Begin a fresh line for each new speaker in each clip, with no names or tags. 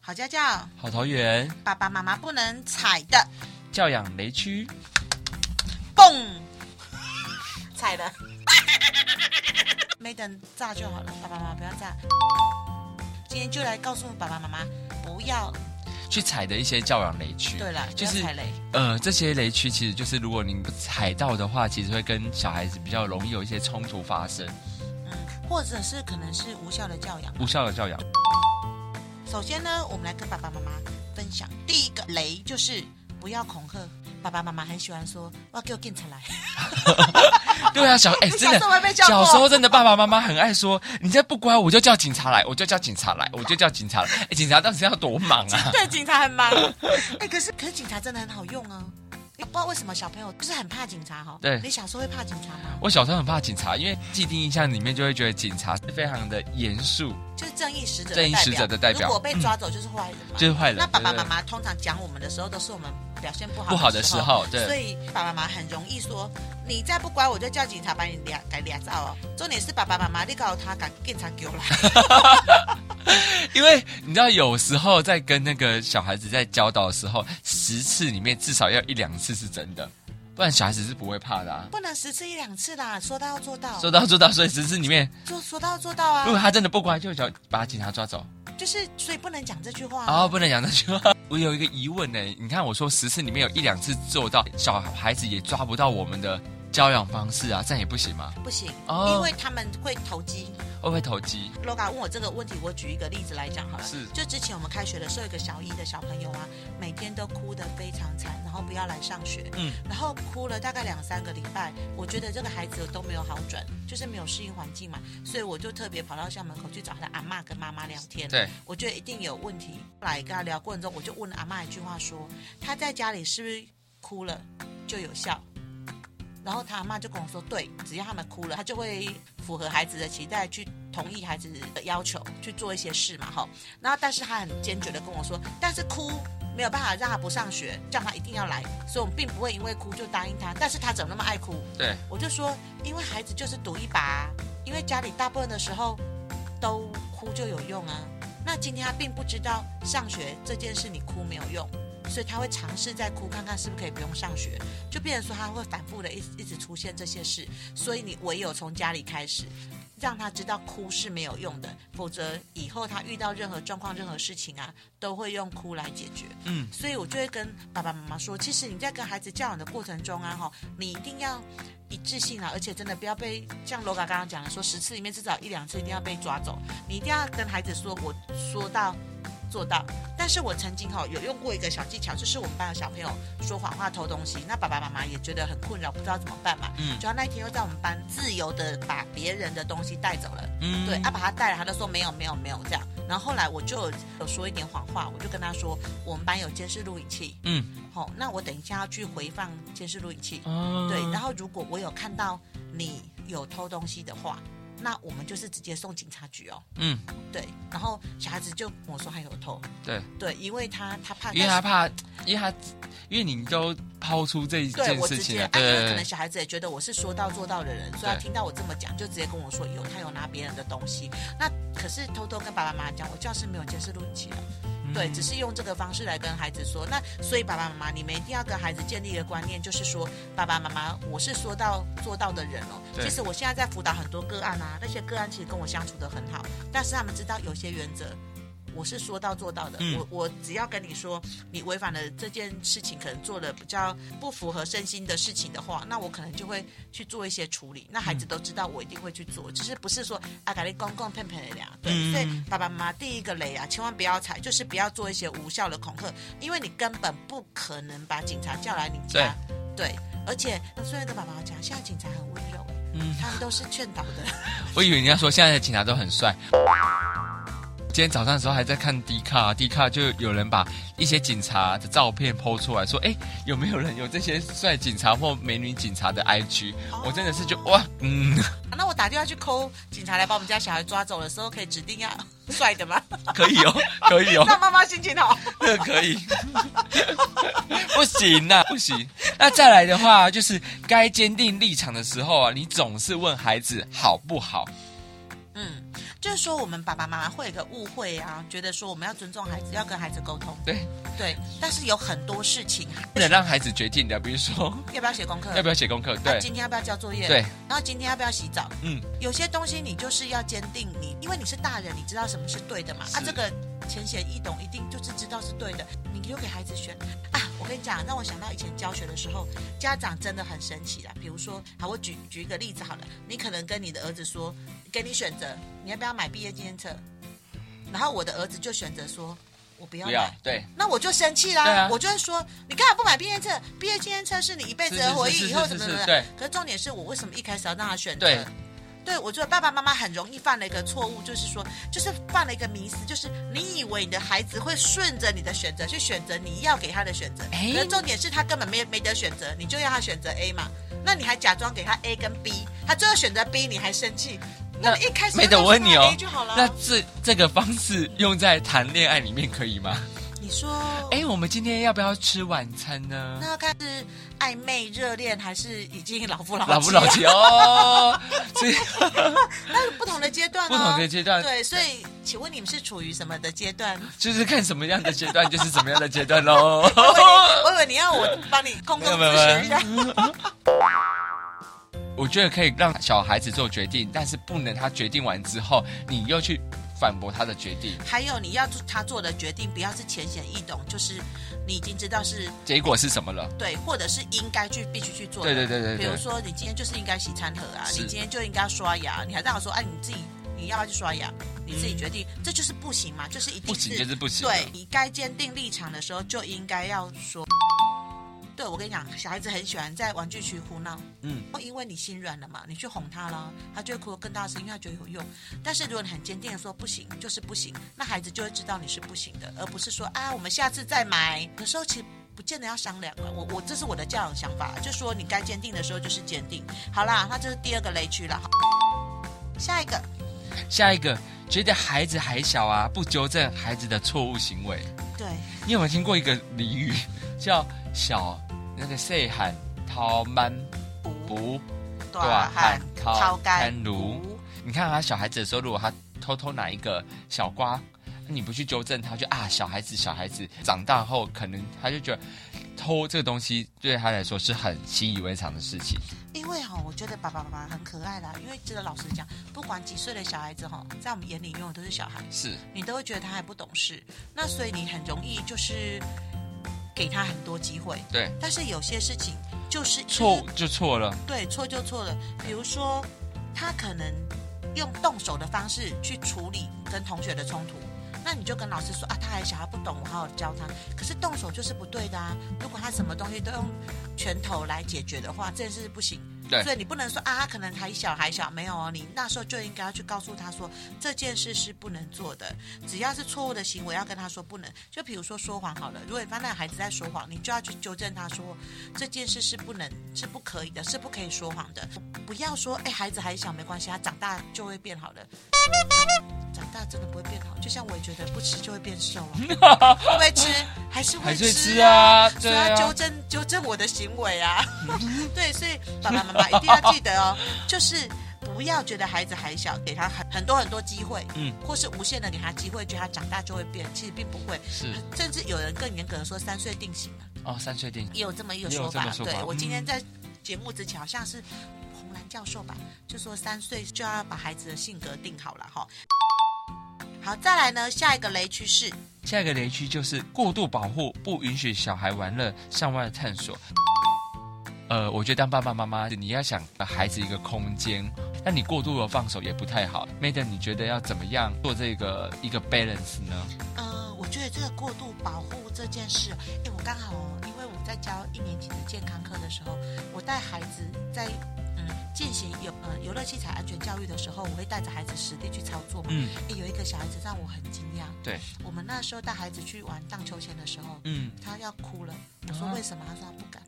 好家教，
好桃园，
爸爸妈妈不能踩的，
教养雷区，
蹦，踩了， 没等炸就好了，爸爸妈妈不要炸。今天就来告诉爸爸妈妈，不要。
去踩的一些教养雷区。
对了，
就
不
是
要踩雷。
呃，这些雷区其实就是如果你踩到的话，其实会跟小孩子比较容易有一些冲突发生，
嗯，或者是可能是无效的教养。
无效 的教养。
首先呢，我们来跟爸爸妈妈分享第一个雷就是不要恐吓。爸爸妈妈很喜欢说“哇，给我警察来
对啊，小哎、”，真
小时候
的。
会被叫
小
过。
时候真的，爸爸妈妈很爱说，你再不乖，我就叫警察来，我就叫警察来，我就叫警察来。哎、警察当时要多忙 啊！
对，警察很忙。哎、可是可是警察真的很好用啊！不知道为什么小朋友就是很怕警察哈、哦。
对
你小时候会怕警察吗？
我小时候很怕警察，因为既定印象里面就会觉得警察是非常的严肃，
就是正义使者的代表，
正义使者的代表嗯
如果被抓走就是坏人嘛。
就是坏人。
那爸爸
对
妈妈通常讲我们的时候，都是我们表现不好
不好的时候，
所
对，
以爸爸妈妈很容易说，你再不乖，我就叫警察把你俩给俩照哦。重点是爸爸妈妈，你告诉他，赶警察给我来。
因为你知道，有时候在跟那个小孩子在教导的时候，十次里面至少要一两次是真的，不然小孩子是不会怕的、啊。
不能十次一两次啦，说到要做到，啊
说到做到，所以十次里面，
就说到要做到啊
如。果他真的不乖，就叫把警察抓走。
就是所以不能讲这句话、啊
哦，不能讲这句话。 我有一个疑问呢，你看我说十次里面有一两次做到，小孩子也抓不到我们的教养方式啊，这样也不行吗？
不行，
哦
因为他们会投机。
会不会投机？
LOGA 问我这个问题，我举一个例子来讲好了。
是
就之前我们开学的时候，有一个小一的小朋友啊，每天都哭得非常惨，然后不要来上学。
嗯，
然后哭了大概两三个礼拜，我觉得这个孩子都没有好转，就是没有适应环境嘛，所以我就特别跑到校门口去找他的阿嬷跟妈妈聊天。
对，
我觉得一定有问题。后来跟他聊过程中，我就问了阿嬷一句话说，他在家里是不是哭了就有效？然后他阿嬷就跟我说，对，只要他们哭了，他就会符合孩子的期待，去同意孩子的要求，去做一些事嘛，哈。然后但是他很坚决的跟我说，但是哭没有办法让他不上学，叫他一定要来，所以我们并不会因为哭就答应他。但是他怎么那么爱哭？
对，
我就说，因为孩子就是赌一把、啊，因为家里大部分的时候都哭就有用啊。那今天他并不知道上学这件事，你哭没有用，所以他会尝试再哭，看看是不是可以不用上学。就变成说他会反复的一直一直出现这些事，所以你唯有从家里开始，让他知道哭是没有用的，否则以后他遇到任何状况、任何事情啊，都会用哭来解决。
嗯，
所以我就会跟爸爸妈妈说，其实你在跟孩子教养的过程中啊，哈，你一定要一致性啊，而且真的不要被像罗嘎刚刚讲的说，十次里面至少一两次一定要被抓走，你一定要跟孩子说，我说到做到。但是我曾经哈、有用过一个小技巧，就是我们班的小朋友说谎话偷东西，那爸爸妈妈也觉得很困扰，不知道怎么办嘛。
嗯
主要那一天又在我们班自由的把别人的东西带走了。
嗯
对，他、把他带来，他就说没有没有没有这样。然后后来我就有有说一点谎话，我就跟他说我们班有监视录影器，
嗯，
好、那我等一下要去回放监视录影器。
哦
对，然后如果我有看到你有偷东西的话，那我们就是直接送警察局哦。
嗯，
对，然后小孩子就跟我说他有偷，
对，
对，因为他他怕，
因为他怕，因为他，因为你都抛出这一
对
件
我
事
直
情
接，
了，
啊，因为可
对
能小孩子也觉得我是说到做到的人，所以他
对
听到我这么讲，就直接跟我说有他有拿别人的东西。那可是偷偷跟爸爸妈妈讲，我教室没有监视录啊影器的，对，
嗯
只是用这个方式来跟孩子说。那所以爸爸妈妈，你们一定要跟孩子建立一个观念，就是说爸爸妈妈，我是说到做到的人哦。
对
其实我现在在辅导很多个案啊，那些个案其实跟我相处的很好，但是他们知道有些原则。我是说到做到的，
嗯
我我只要跟你说，你违反了这件事情，可能做了比较不符合身心的事情的话，那我可能就会去做一些处理。那
嗯
孩子都知道我一定会去做，就是不是说啊，赶紧公公骗骗的俩。对，
嗯
所以爸爸妈妈第一个雷啊，千万不要踩，就是不要做一些无效的恐吓，因为你根本不可能把警察叫来你家。对，而且呃虽然跟爸爸妈妈讲，现在警察很温柔，
嗯
他们都是劝导的。
我以为人家说现在的警察都很帅。今天早上的时候还在看迪卡，迪卡就有人把一些警察的照片剖出来，说：“哎，有没有人有这些帅警察或美女警察的 IG？”
哦
我真的是就哇，嗯，
啊那我打电话去抠警察来把我们家小孩抓走的时候，可以指定要帅 的吗？
可以哦，可以哦，
让妈妈心情好。
这个可以， 不行呐、不行。那再来的话，就是该坚定立场的时候啊，你总是问孩子好不好，
嗯，就是说我们爸爸妈妈会有一个误会啊，觉得说我们要尊重孩子，要跟孩子沟通，
对，
对，但是有很多事情还
不能让孩子决定的，比如说
要不要写功课，
要不要写功课，
嗯啊
对
今天要不要交作业，
对，
然后今天要不要洗澡，
嗯，
有些东西你就是要坚定你，因为你是大人，你知道什么是对的嘛？啊，
是
这个浅显易懂，一定就是知道是对的，你就给孩子选啊。我跟你讲，让我想到以前教学的时候，家长真的很神奇啦。比如说，好，我举举一个例子好了，你可能跟你的儿子说，给你选择，你要不要买毕业纪念册？然后我的儿子就选择说，我不要
不
买。
要，对，
那我就生气啦，
对啊
我就会说，你干嘛不买毕业册？毕业纪念册是你一辈子的回
是是
忆，
是
以后
是
怎么
是
怎么的。
是对
可是重点是我为什么一开始要让他选择？
对
对我觉得爸爸妈妈很容易犯了一个错误，就是说，就是犯了一个迷思，就是你以为你的孩子会顺着你的选择去选择你要给他的选择，
哎
可是重点是他根本没没得选择，你就要他选择 A 嘛，那你还假装给他 A 跟 B，他最后选择 B，你还生气，那
那
么一开始
妹
就
子，
告诉
我问
他
你哦
A 就好了。
那这这个方式用在谈恋爱里面可以吗？
你说，
哎，我们今天要不要吃晚餐呢？
那要看是暧昧、热恋，还是已经老夫老妻
老不老气
啊
哦？ 所以
那是不同的阶段、哦，
不同的阶段
对，所以请问你们是处于什么的阶 段？
就是看什么样的阶段，就是什么样的阶 段喽。
我以为你我以为你要我帮你空中
没有没有
咨询一下。
我觉得可以让小孩子做决定，但是不能他决定完之后，你又去反驳他的决定，
还有你要做他做的决定，不要是浅显易懂，就是你已经知道是
结果是什么了？
对，或者是应该去必须去做的。
对对对对对
比如说，你今天就是应该洗餐盒啊，
是
你今天就应该要刷牙，你还让我说，哎、你自己你要不要去刷牙？你自己决定，这就是不行嘛，就是一定
嗯不行就是不行
对，你该坚定立场的时候，就应该要说。对，我跟你讲，小孩子很喜欢在玩具区胡闹，
嗯，
因为你心软了嘛，你去哄他了，他就会哭得更大声，因为他觉得有用。但是如果你很坚定的说不行，就是不行，那孩子就会知道你是不行的，而不是说啊，我们下次再买。有时候其实不见得要商量了，我我这是我的教养想法，就说你该坚定的时候就是坚定。好啦，那这是第二个雷区了。下一个，
下一个，觉得孩子还小啊，不纠正孩子的错误行为。
对，
你有没有听过一个俚语叫“小那个岁喊掏慢
不
不
大汉
大汉
掏干
干炉
不”？
你看他小孩子的时候，如果他偷偷拿一个小瓜，你不去纠正他，就啊小孩子小孩子，长大后可能他就觉得偷这个东西对他来说是很习以为常的事情。
因为哈、我觉得爸爸妈妈很可爱啦。因为真的老实讲，不管几岁的小孩子哈、在我们眼里永远都是小孩，
是，
你都会觉得他还不懂事。那所以你很容易就是给他很多机会，
对，
但是有些事情就是
错就错了，
对，错就错了。比如说，他可能用动手的方式去处理跟同学的冲突，那你就跟老师说啊，他还小，他不懂，我好好教他。可是动手就是不对的啊！如果他什么东西都用拳头来解决的话，这件事是不行。
对
所以你不能说啊，他可能还小还小，没有哦，你那时候就应该要去告诉他说这件事是不能做的，只要是错误的行为，要跟他说不能。就比如说说谎好了，如果你发现孩子在说谎，你就要去纠正他说这件事是不能、是不可以的，是不可以说谎的。不要说哎，孩子还小没关系，他长大就会变好的。长大真的不会变好，就像我也觉得不吃就会变瘦啊，会 不会吃还是会
还是会
吃
吃啊，
所
对
以要纠
啊，
正纠正我的行为 啊。对，所以爸爸妈妈一定要记得哦，就是不要觉得孩子还小，给他很很多很多机会，
嗯，
或是无限的给他机会，觉得他长大就会变，其实并不会。
是
甚至有人更严格的说三岁定型啊，
哦，三岁定
也有这么一个
也有
说
这
法。
么说
对
法
我今天
嗯
在节目之前好像是洪兰教授吧，就说三岁就要把孩子的性格定好了哈。好，再来呢，下一个雷区是
下一个雷区就是过度保护，不允许小孩玩乐、向外探索。呃，我觉得当爸爸妈妈，你要想给孩子一个空间，那你过度的放手也不太好。Maiden，你觉得要怎么样做这个一个 balance 呢？
呃，我觉得这个过度保护这件事，哎，我刚好哦因为我在教一年级的健康课的时候，我带孩子在嗯进行游呃游乐器材安全教育的时候，我会带着孩子实地去操作嘛。
嗯
诶有一个小孩子让我很惊讶，
对，
我们那时候带孩子去玩荡秋千的时候，
嗯，
他要哭了。我说
啊
为什么？他说他不敢。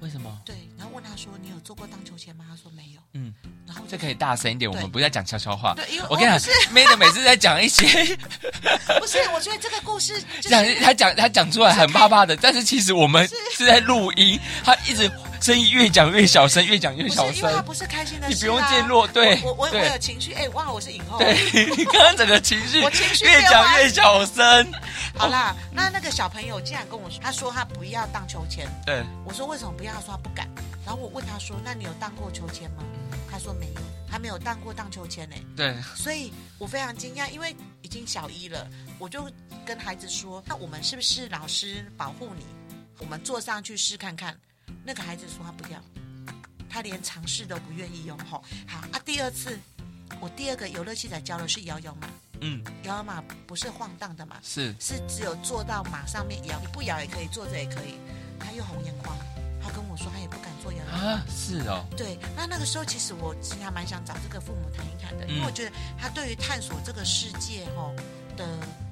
为什么？
对，然后问他说你有做过荡秋千吗？他说没有。
嗯，
然后我
这
就
可以大声一点，我
对
们不是在讲悄悄话。
对，因为
我跟你
哦
讲
不是
，Maiden 每次在讲一 些，
不是，我觉得这个故事就
讲
是
他讲他讲出来很怕怕的，但是其实我们是在录音，他一直声音越讲越小声，越讲越
不
小
是因为他
声。
不是开心的
你
事、啊，
不用渐弱，对，
我我我
对
有情绪，哎、忘了我是影后。
对， 你刚刚整个情绪
我情绪
越
变
讲
化
越小声。
好啦，那那个小朋友竟然跟我说，他说他不要荡秋千。
对，
我说为什么不要？他说他不敢。然后我问他说，那你有荡过秋千吗？他说没有，他没有荡过荡秋千呢、
对，
所以我非常惊讶，因为已经小一了，我就跟孩子说，那我们是不是老师保护你？我们坐上去试看看。那个孩子说他不要，他连尝试都不愿意用吼。好啊，第二次我第二个游乐器材教的是摇摇马，
嗯，
摇摇马不是晃荡的马，
是，
是只有坐到马上面摇，你不摇也可以，坐着也可以。他又红眼眶，他跟我说他也不敢坐摇摇马。
啊，是哦，
对，那那个时候其实我其实还蛮想找这个父母谈一谈的，
嗯
因为我觉得他对于探索这个世界吼、的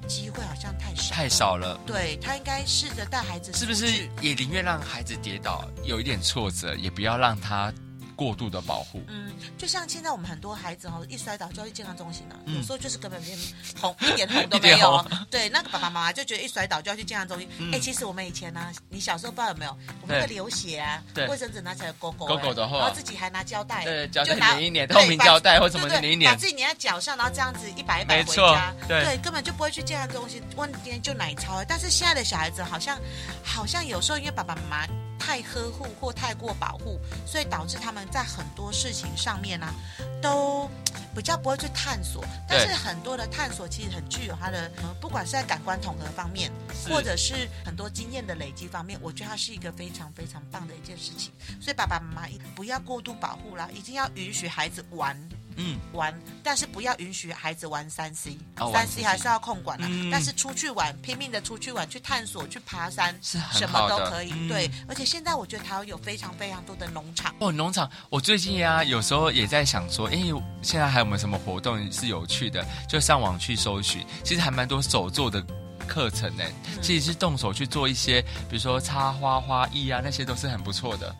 机会好像太少，
太。少了。
对他应该试着带孩子出去，
是不是也宁愿让孩子跌倒，有一点挫折，也不要让他过度的保护？
嗯，就像现在我们很多孩子哦，一摔倒就去健康中心了、啊
嗯
有时候就是根本连红一点红都
一
没
点
有
红
哦。 对，那个爸爸妈妈就觉得一摔倒就要去健康中心。哎、
嗯
其实我们以前呢、你小时候不知道有没有，我们
对
会流血啊，
对
卫生纸拿起来勾勾、啊
勾勾的
然
话
后自己还拿胶带，啊
对，胶
哎就
带
拿
粘一
对
粘，透明
把
胶带或什么
对
的
对，
粘一
把
粘。
自己粘在脚上，然后这样子一百一百
没
回
错
家，
对
根本就不会去健康中心。问今天就奶超，但是现在的小孩子好像，好像有时候因为爸爸妈妈太呵护或太过保护，所以导致他们在很多事情上面呢、都。比较不会去探索，但是
对
很多的探索其实很具有它的，呃不管是在感官统合方面，或者是很多经验的累积方面，我觉得它是一个非常非常棒的一件事情。所以爸爸妈妈不要过度保护啦，一定要允许孩子玩，
嗯，
玩，但是不要允许孩子玩三 C，
哦
三
玩 3C
C 还是要控管的、啊
嗯
但是出去玩，拼命的出去玩，去探索，去爬山，
是很
什
好
么都
的
可以、
嗯
对，而且现在我觉得台湾有非常非常多的农场，
哦，农场，我最近啊，有时候也在想说，诶，现在还有没有什么活动是有趣的？就上网去搜寻，其实还蛮多手做的课程呢、
嗯
其实是动手去做一些，比如说插花、花艺啊，那些都是很不错的。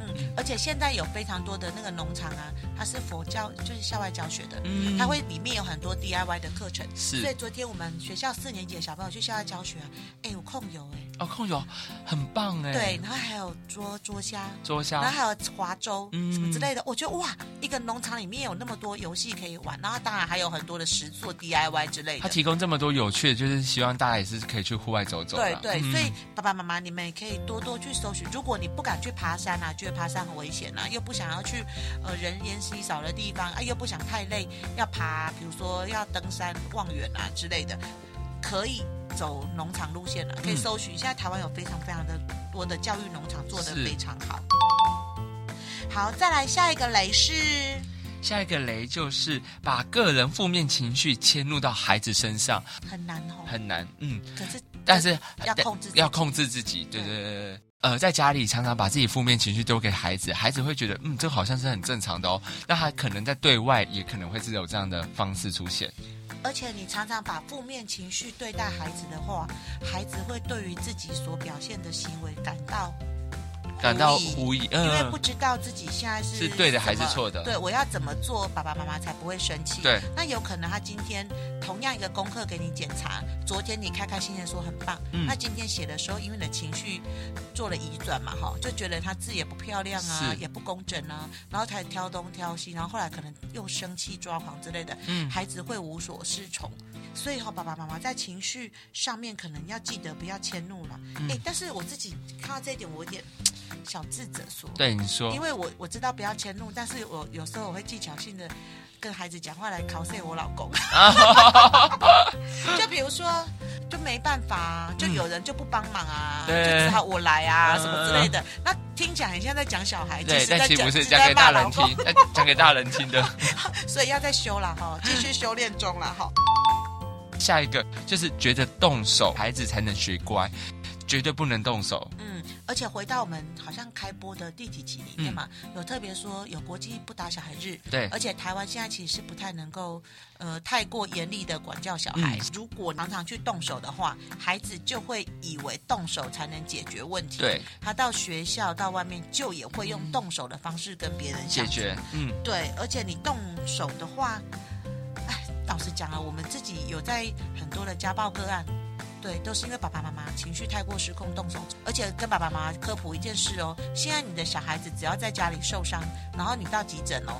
嗯，而且现在有非常多的那个农场啊，它是佛教就是校外教学的，
嗯
它会里面有很多 DIY 的课程。所以
是
昨天我们学校四年级的小朋友去校外教学、啊，哎，有控油哎、
哦，控油很棒哎，
对，，然后还有捉捉虾，
桌下
然后还有划舟，
嗯
什么之类的。我觉得哇，一个农场里面有那么多游戏可以玩，然后当然还有很多的实作 DIY 之类
他
的。
提供这么多有趣的，就是希望大家也是可以去户外走走啦。
对对，
嗯
所以爸爸妈妈，你们也可以多多去搜寻。如果你不敢去爬山啊，觉得爬山很危险啊，又不想要去呃人烟稀少的地方啊，又不想太累，要爬，比如说要登山望远啊之类的，可以走农场路线啊，可以
嗯
搜寻。现在台湾有非常非常的多的教育农场做得
是
非常好。好，再来下一个雷是，
下一个雷就是把个人负面情绪迁入到孩子身上，
很难哦，
很难。嗯，
可是
但是
呃要控制自己
要控制自己。对对对对。对呃，在家里常常把自己负面情绪丢给孩子，孩子会觉得，嗯，这好像是很正常的哦。那他可能在对外也可能会是有这样的方式出现。
而且你常常把负面情绪对待孩子的话，孩子会对于自己所表现的行为感到
感到
疑，
无疑，
因为
嗯
不，知道自己现在是
是对的
什么
还是错的
对，我要怎么做，爸爸妈妈才不会生气？
对，
那有可能他今天同样一个功课给你检查，昨天你开开心心地说很棒，
嗯
他今天写的时候，因为你的情绪做了移转嘛，哈，就觉得他字也不漂亮啊
是，
也不工整啊，然后才挑东挑西，然后后来可能又生气抓狂之类的，
嗯
孩子会无所适从。所以哈、爸爸妈妈在情绪上面可能要记得不要迁怒了。哎、
嗯
但是我自己看到这一点，我有点小自责说，
对你说
因，为我我知道不要迁怒，但是我有时候我会技巧性的跟孩子讲话来 cos 我老 公。 就比如说，就没办法、啊，就有人就不帮忙啊，
对
就只好我来啊，
嗯
什么之类的。那听起来很像在讲小孩，
对，
实
但
在
其实
讲
不是
是
讲
在
给
骂
大
老
人听
公，，
呃讲给大人听的。
所以要再修了哈，继续修炼中了哈。
下一个就是觉得动手孩子才能学乖，绝对不能动手。
嗯，而且回到我们好像开播的第几集里面嘛，有特别说有国际不打小孩日，
嗯对
而且台湾现在其实是不太能够呃太过严厉的管教小孩，
嗯
如果常常去动手的话，孩子就会以为动手才能解决问题，
对，
他到学校到外面就也会用动手的方式跟别人
解
相处
决，嗯，
对，而且你动手的话，哎，老实讲啊，我们自己有在很多的家暴个案，对，都是因为爸爸妈妈情绪太过失控动手脚，而且跟爸爸妈妈科普一件事哦，现在你的小孩子只要在家里受伤，然后你到急诊哦，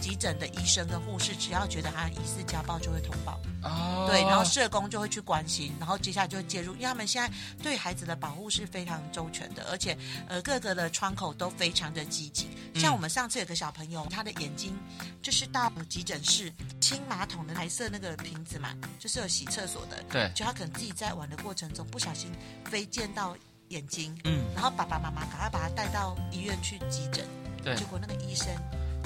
急诊的医生跟护士只要觉得他疑似家暴就会通报，
哦，
对，然后社工就会去关心，然后接下来就会介入，因为他们现在对孩子的保护是非常周全的，而且呃各个的窗口都非常的积极。
嗯
像我们上次有个小朋友，他的眼睛就是到急诊室清马桶的白色那个瓶子嘛，就是有洗厕所的，
对，
就他可能自己在玩的过程中不小心飞溅到眼睛，
嗯，
然后爸爸妈妈赶快把他带到医院去急诊，
对
结，果那个医生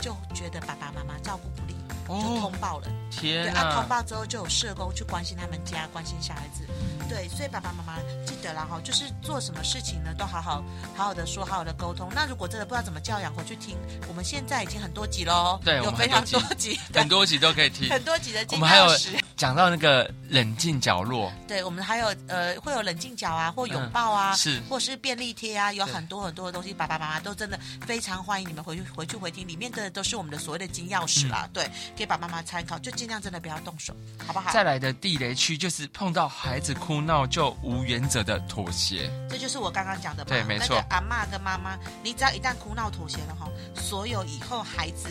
就觉得爸爸妈妈照顾不力，就通
哦，
报了。对
天
啊，通
啊，
报之后就有社工去关心他们家，关心小孩子。对，所以爸爸妈妈记得啦哈，就是做什么事情呢，都好好好好的说，好好的沟通。那如果真的不知道怎么教养，回去听我们现在已经很多集喽，
对我
有
们
非
很
常
多
集，
很多集都可以 听。
很多集的
我
金
们还有
钥匙。
讲到那个冷静角落，
对，我们还有呃，会有冷静角啊，或拥抱啊，
嗯是
或是便利贴啊，有
对
很多很多的东西，爸爸妈妈都真的非常欢迎你们回去回去回听，里面的都是我们的所谓的金钥匙
嗯
啦，对，给爸爸妈妈参考，就尽量真的不要动手，好不好？
再来的地雷区就是碰到孩子哭闹就无原则的妥协，
这就是我刚刚讲的嘛，
对没错
那个阿嬷跟妈妈，你只要一旦哭闹妥协了哈，所有以后孩子。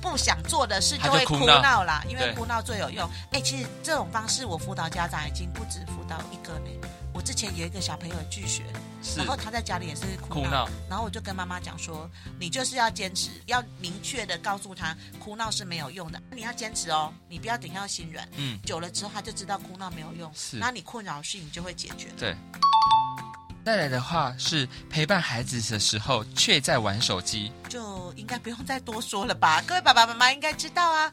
不想做的事就
他
会
就
哭
哭
闹啦，因为
对
哭闹最有用。哎，其实这种方式我辅导家长已经不止辅导一个呢。我之前有一个小朋友拒学，
是
然后他在家里也是哭
哭
闹，
闹，
然后我就跟妈妈讲说，你就是要坚持，要明确的告诉他，哭闹是没有用的，你要坚持哦，你不要等一下心软，
嗯，
久了之后他就知道哭闹没有用，
是
那你困扰的事情就会解决了。
对。再来的话是陪伴孩子的时候却在玩手机，
就应该不用再多说了吧？ 各位爸爸妈妈应该知道啊，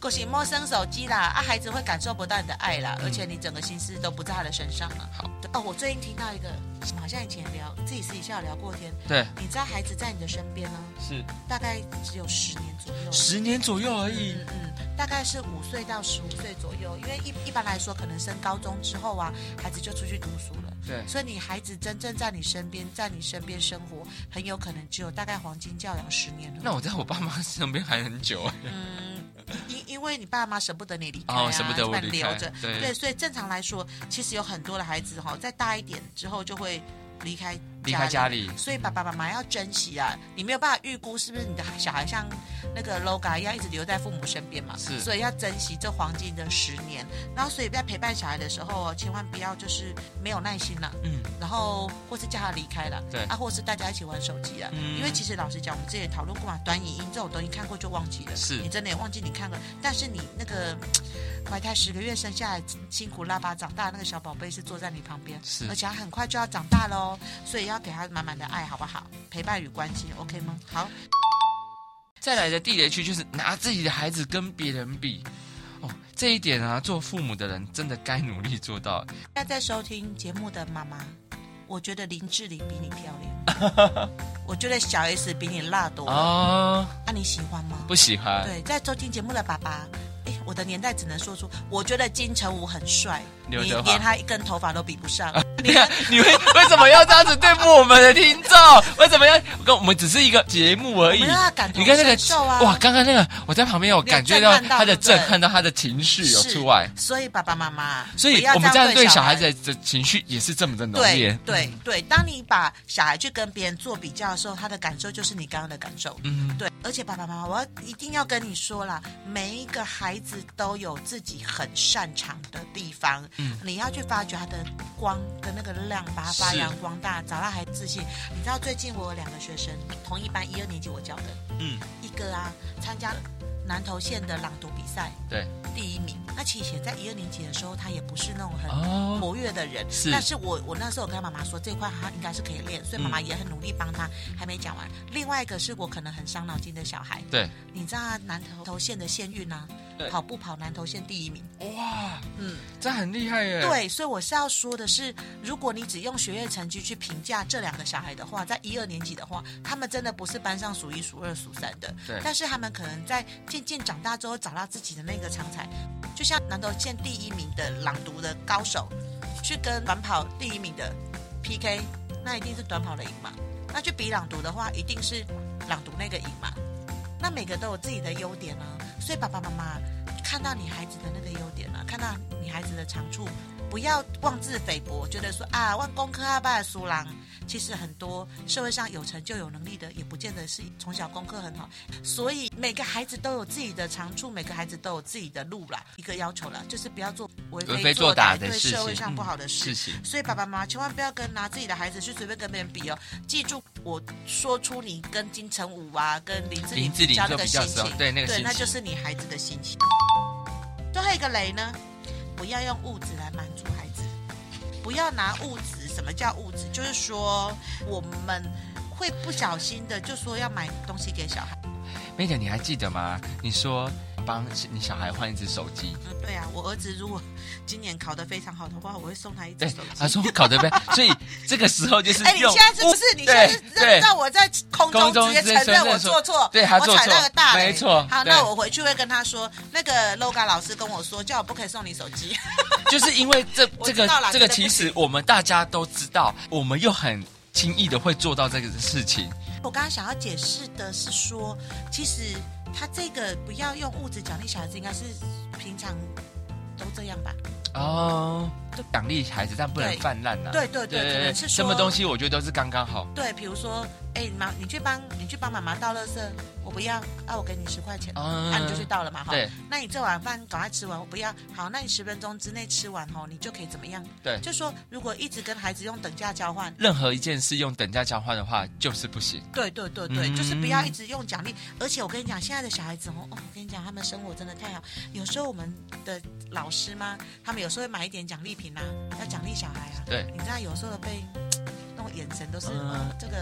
恭喜陌生手机啦，啊，孩子会感受不到你的爱啦，而且你整个心思都不在他的身上了。
嗯好
对，哦，我最近听到一个，我们好像以前聊自己私底下有聊过天，
对，
你知道孩子在你的身边呢，
是
大概只有十年左右。
十年左右而已
嗯，嗯，大概是五岁到十五岁左右，因为一一般来说，可能升高中之后啊，孩子就出去读书了。
对，
所以你孩子真正在你身边，在你身边生活，很有可能只有大概黄金教养十年了。
那我在我爸妈身边还很久哎，
嗯，因因为你爸妈舍不得你离开、啊，
哦，舍不得
就
我
把你
离
留
开
着，，
对，
对，所以正常来说，其实有很多的孩子哈、在大一点之后就会离开
离开家。里，
所以爸爸妈妈要珍惜啊！你没有办法预估是不是你的小孩像那个 LOGA 一样一直留在父母身边嘛，
是
所以要珍惜这黄金的十年。然后，所以在陪伴小孩的时候哦，千万不要就是没有耐心了、
嗯，
然后或是叫他离开了，
对
啊，或是大家一起玩手机啊，
嗯
因为其实老实讲，我们之前也讨论过嘛，短影音这种东西看过就忘记了，
是
你真的也忘记你看了，但是你那个嗯怀胎十个月生下来辛苦拉拔长大的那个小宝贝是坐在你旁边，
是
而且他很快就要长大喽，所以要给他满满的爱，好不好？陪伴与关心，OK 吗？好，
再来的地雷区就是拿自己的孩子跟别人比，哦，这一点啊，做父母的人真的该努力做到。
那在收听节目的妈妈，我觉得林志玲比你漂亮， 我觉得小 S 比你辣多了，
哦，
那、你喜欢吗？
不喜欢，
对，在收听节目的爸爸，哎，我的年代只能说出，我觉得金城武很帅，你
刘德华啊
连他一根头发都比不上。
你看， 你为为什么要这样子对付我们的听众？为什么要跟我们只是一个节目而已
我们让他感？同
哎你看那个
身受啊
哇，刚刚那个我在旁边有感觉
有
到
震撼到
他
对
的
不对
震撼，到他的情绪有
是
出来，
所以爸爸妈妈，
所以
不要
我们这样对小
小
孩子的情绪也是这么的浓烈
对。对对，当你把小孩去跟别人做比较的时候，他的感受就是你刚刚的感受。
嗯，
对，而且爸爸妈妈，我要一定要跟你说啦，每一个孩子都有自己很擅长的地方，
嗯
你要去发掘他的光跟那个亮，把它发
是
扬光大，找到孩子自信。你知道最近我有两个学生，同一班一二年级我教的，
嗯，
一个啊参加南投县的朗读比赛
对，
第一名，那其实以前在一二年级的时候，他也不是那种很
哦，
活跃的人。
是嗯
但是我我那时候有跟他妈妈说这一块他应该是可以练，所以妈妈也很努力帮他，还没讲完。另外一个是我可能很伤脑筋的小孩，
对，
你知道南投头县的县运啊
对，
跑步跑南投县第一名。
哇，
嗯，
这很厉害耶。，
对，所以我是要说的是，如果你只用学业成绩去评价这两个小孩的话，在一二年级的话，他们真的不是班上数一数二、数三的。
对
但是他们可能在渐渐长大之后，找到自己的那个长才，就像南投县第一名的朗读的高手，去跟短跑第一名的 PK，那一定是短跑的赢嘛。那去比朗读的话，一定是朗读那个赢嘛。那每个都有自己的优点啊，所以爸爸妈妈看到你孩子的那个优点啊，看到你孩子的长处，不要妄自菲薄，觉得说啊，万功课啊，爸苏郎。其实很多社会上有成就、有能力的，也不见得是从小功课很好。所以每个孩子都有自己的长处，每个孩子都有自己的路啦。一个要求啦，就是不要做为
为
非
非
作
作
歹
歹的
对
事情
社会上不好的事
事。情。
所以爸爸妈妈千万不要跟拿自己的孩子去随便跟别人比哦。记住，我说出你跟金城武啊、跟林志
林
玲
志
比
玲
较那
就
个
比
心
较熟
情，，
对那个
对，
心情，
那就是你孩子的心情。最后一个雷呢，不要用物质来满足孩子，不要拿物质。什么叫物质？就是说我们会不小心的就说要买东西给小孩。
妹姐，你还记得吗？你说帮你小孩换一只手机，
嗯，对啊，我儿子如果今年考得非常好的话，我会送他一只
对
手，机
他。说考得呗，所以这个时候就是
哎，你
用
现在是不是？你现在是
对
让我在空中
空中
直接
直接
承认
承认
我做错，
对他
我
做
踩
错
到个大雷
没错
好，
对
那我回去会跟他说，那个 LOGA 老师跟我说，叫我不可以送你手机。
就是因为这
我
这
知
个
道啦
这个，
真的不
其实
行
我们大家都知道，我们又很轻易的会做到这个事情。
我刚刚想要解释的是说，其实他这个不要用物质奖励小孩子，应该是平常都这样吧？
哦，就奖励孩子，但不能
对
泛滥呐、啊。
对对对，可能是说
什么东西我觉得都是刚刚好。
对，比如说，哎、妈，你去帮你去帮妈妈倒垃圾，我不要，啊，我给你十块钱，
嗯
啊，你就去倒了嘛，哈。
对
那你这碗饭赶快吃完，我不要。好，那你十分钟之内吃完哦，你就可以怎么样？
对，
就说如果一直跟孩子用等价交换，
任何一件事用等价交换的话，就是 不行。
对对对对，
嗯
就是不要一直用奖励。而且我跟你讲，现在的小孩子哦，哦，我跟你讲，他们生活真的太好。有时候我们的老师嘛，他们有时候会买一点奖励品啊，要奖励小孩啊。
对
你知道有时候被那种眼神都是、
嗯
呃这个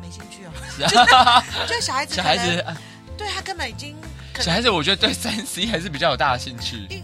没兴趣哦，
是啊
就小孩子可能
小孩子，啊
对他根本已经可
小
能
孩子，我觉得对三 C 还是比较有大的兴趣，
应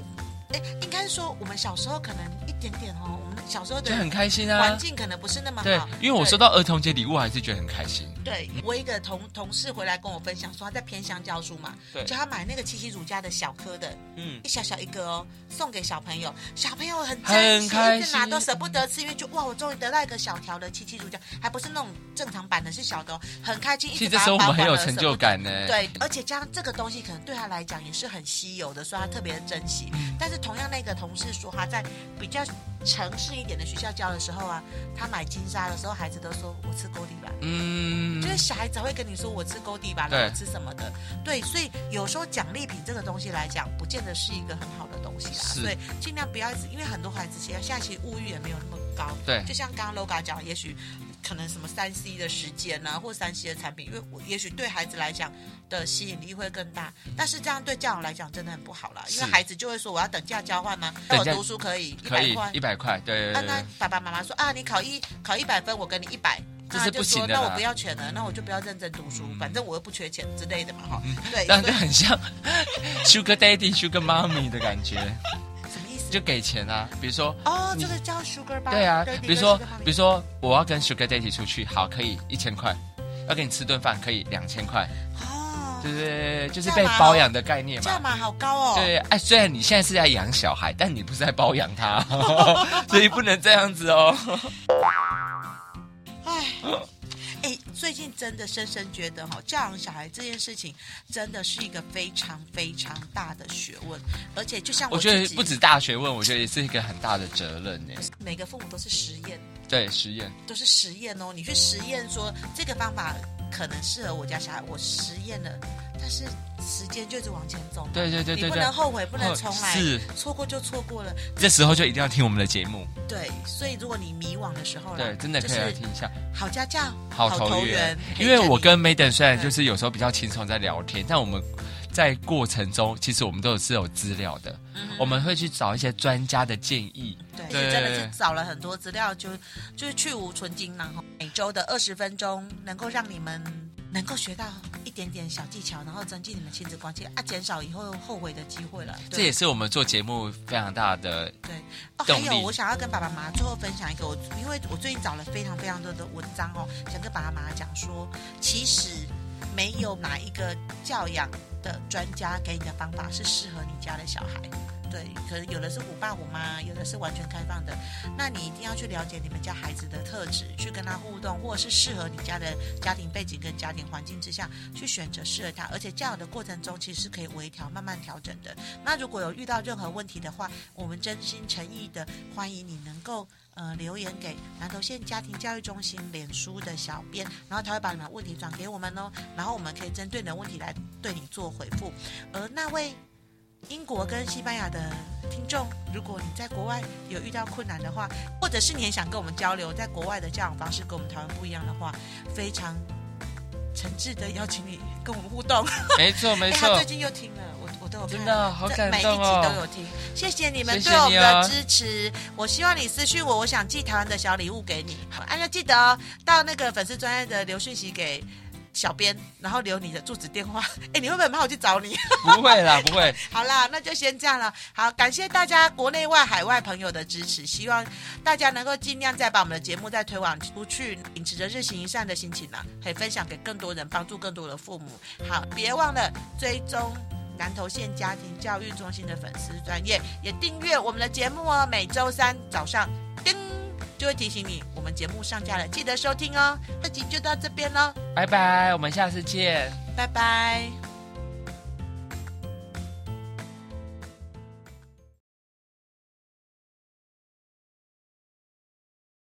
哎，应该说我们小时候可能一点点哦，我们小时候
就
的
很开心啊
环。境可能不是那么
对
好。，
因为我收到儿童节礼物，还是觉得很开心。
对，我一个同同事回来跟我分享说，他在偏乡教书嘛，
对
就他买那个七七乳加的小颗的，
嗯，
一小小一个哦，送给小朋友，小朋友很
很
珍惜，
开
一直拿
心
都舍不得吃，因为就哇，我终于得到一个小条的七七乳加，还不是那种正常版的，是小的、哦，很开心。一
其
直把它
实这时候我们
保
很有
管了
成
舍
就
不得
感呢。
对，而且加上这个东西可能对他来讲也是很稀有的，所以他特别珍惜。
嗯
但是同样那个同事说他在比较城市一点的学校教的时候啊，他买金沙的时候，孩子都说我吃锅底吧。
嗯，
就是小孩子会跟你说我吃勾地吧，
对
我吃什么的，对，所以有时候奖励品这个东西来讲，不见得是一个很好的东西啦，
是
所以尽量不要一直，因为很多孩子其实现在其实物欲也没有那么高，
对
就像刚刚 LOGA 讲，也许可能什么三 C 的时间啊，或三 C 的产品，因为我也许对孩子来讲的吸引力会更大，但是这样对家长来讲真的很不好啦，因为
是
孩子就会说我要等价交换吗？那
等
我
价
读书可以一
可
百
以
块，
一百块，对
啊，
对
那
对，
爸爸妈妈说啊，你考一考一百分，我给你一百。
这
那
是
就
不行
说
的
那我
啦嗯
不要钱了，那我就不要认真读书，反正我又不缺钱之类的嘛，哈。对，
但
所
就
以
很像 Sugar Daddy、Sugar Mommy 的感觉，
什么意思？
就给钱啊，比如说。
哦，
你
这个叫 sugar 吧？
对啊，比如说，比如
说，
说，我要跟 Sugar Daddy 出去，好，可以一千块，要跟你吃顿饭，可以两千块，
哦，
对对对，就是
这
被
样嘛
包养的概念
价
嘛。
码好高哦。
对，哎，虽然你现在是在养小孩，但你不是在包养 他，所以不能这样子哦。
唉，哎，最近真的深深觉得哈、教养小孩这件事情真的是一个非常非常大的学问，而且就像
我
我
觉得
自己
不止大学问，我觉得也是一个很大的责任呢。欸
每个父母都是实验。
对，实验，
都是实验哦，你去实验说这个方法可能适合我家小孩，我实验了，但是时间就是往前走嘛，
对对对
你
对
不
对哦
能，后悔，不能重来，
是
错过就错过了。
这时候就一定要听我们的节目，
对，所以如果你迷惘的时候呢，
对，真的可以来听一下。
就是好家教，
好投
投
缘
缘，，
因为我跟
陪着
Maiden 虽然就是有时候比较轻松在聊天，但我们在过程中其实我们都有是有资料的，
你嗯
我们会去找一些专家的建议。
对，
对
也真的是找了很多资料，就就是去无存精然后每周的二十分钟，能够让你们能够学到一点点小技巧，然后增进你们亲子关系啊，减少以后后悔的机会了。
这
对
也是我们做节目非常大 的，
对，哦，还
动
有
力
我想要跟爸爸妈妈最后分享一个，我因为我最近找了非常非常多的文章哦，想跟爸爸妈妈讲说，其实没有哪一个教养的专家给你的方法是适合你家的小孩。对，可能有的是虎爸虎妈，有的是完全开放的。那你一定要去了解你们家孩子的特质，去跟他互动，或者是适合你家的家庭背景跟家庭环境之下去选择适合他。而且教养的过程中，其实是可以微调、慢慢调整的。那如果有遇到任何问题的话，我们真心诚意的欢迎你能够。呃，留言给南投县家庭教育中心脸书的小编，然后他会把你们问题转给我们哦，然后我们可以针对你的问题来对你做回复。而那位英国跟西班牙的听众，如果你在国外有遇到困难的话，或者是你也想跟我们交流，在国外的教养方式跟我们台湾不一样的话，非常诚挚的邀请你跟我们互动。
没错
哎
没
他
错
最，近又听了，我我都有看
真的好
这
感
每一
动
集都
哦。
有听，谢谢你们
谢谢
对我们
你啊
的支持。我希望你私讯我，我想寄台湾的小礼物给你。哎、啊，要记得哦、到那个粉丝专业的留讯息给小编，然后留你的住址电话。 哎，你会不会很怕我去找你？
不会啦，不会，
好啦，那就先这样了。好，感谢大家国内外海外朋友的支持，希望大家能够尽量再把我们的节目再推广出去，秉持着日行一善的心情呢、可以分享给更多人，帮助更多的父母。好，别忘了追踪。南投县家庭教育中心的粉丝专业，也订阅我们的节目哦。每周三早上，叮就会提醒你我们节目上架了，记得收听哦。这集就到这边喽，
拜拜，我们下次见。
拜拜。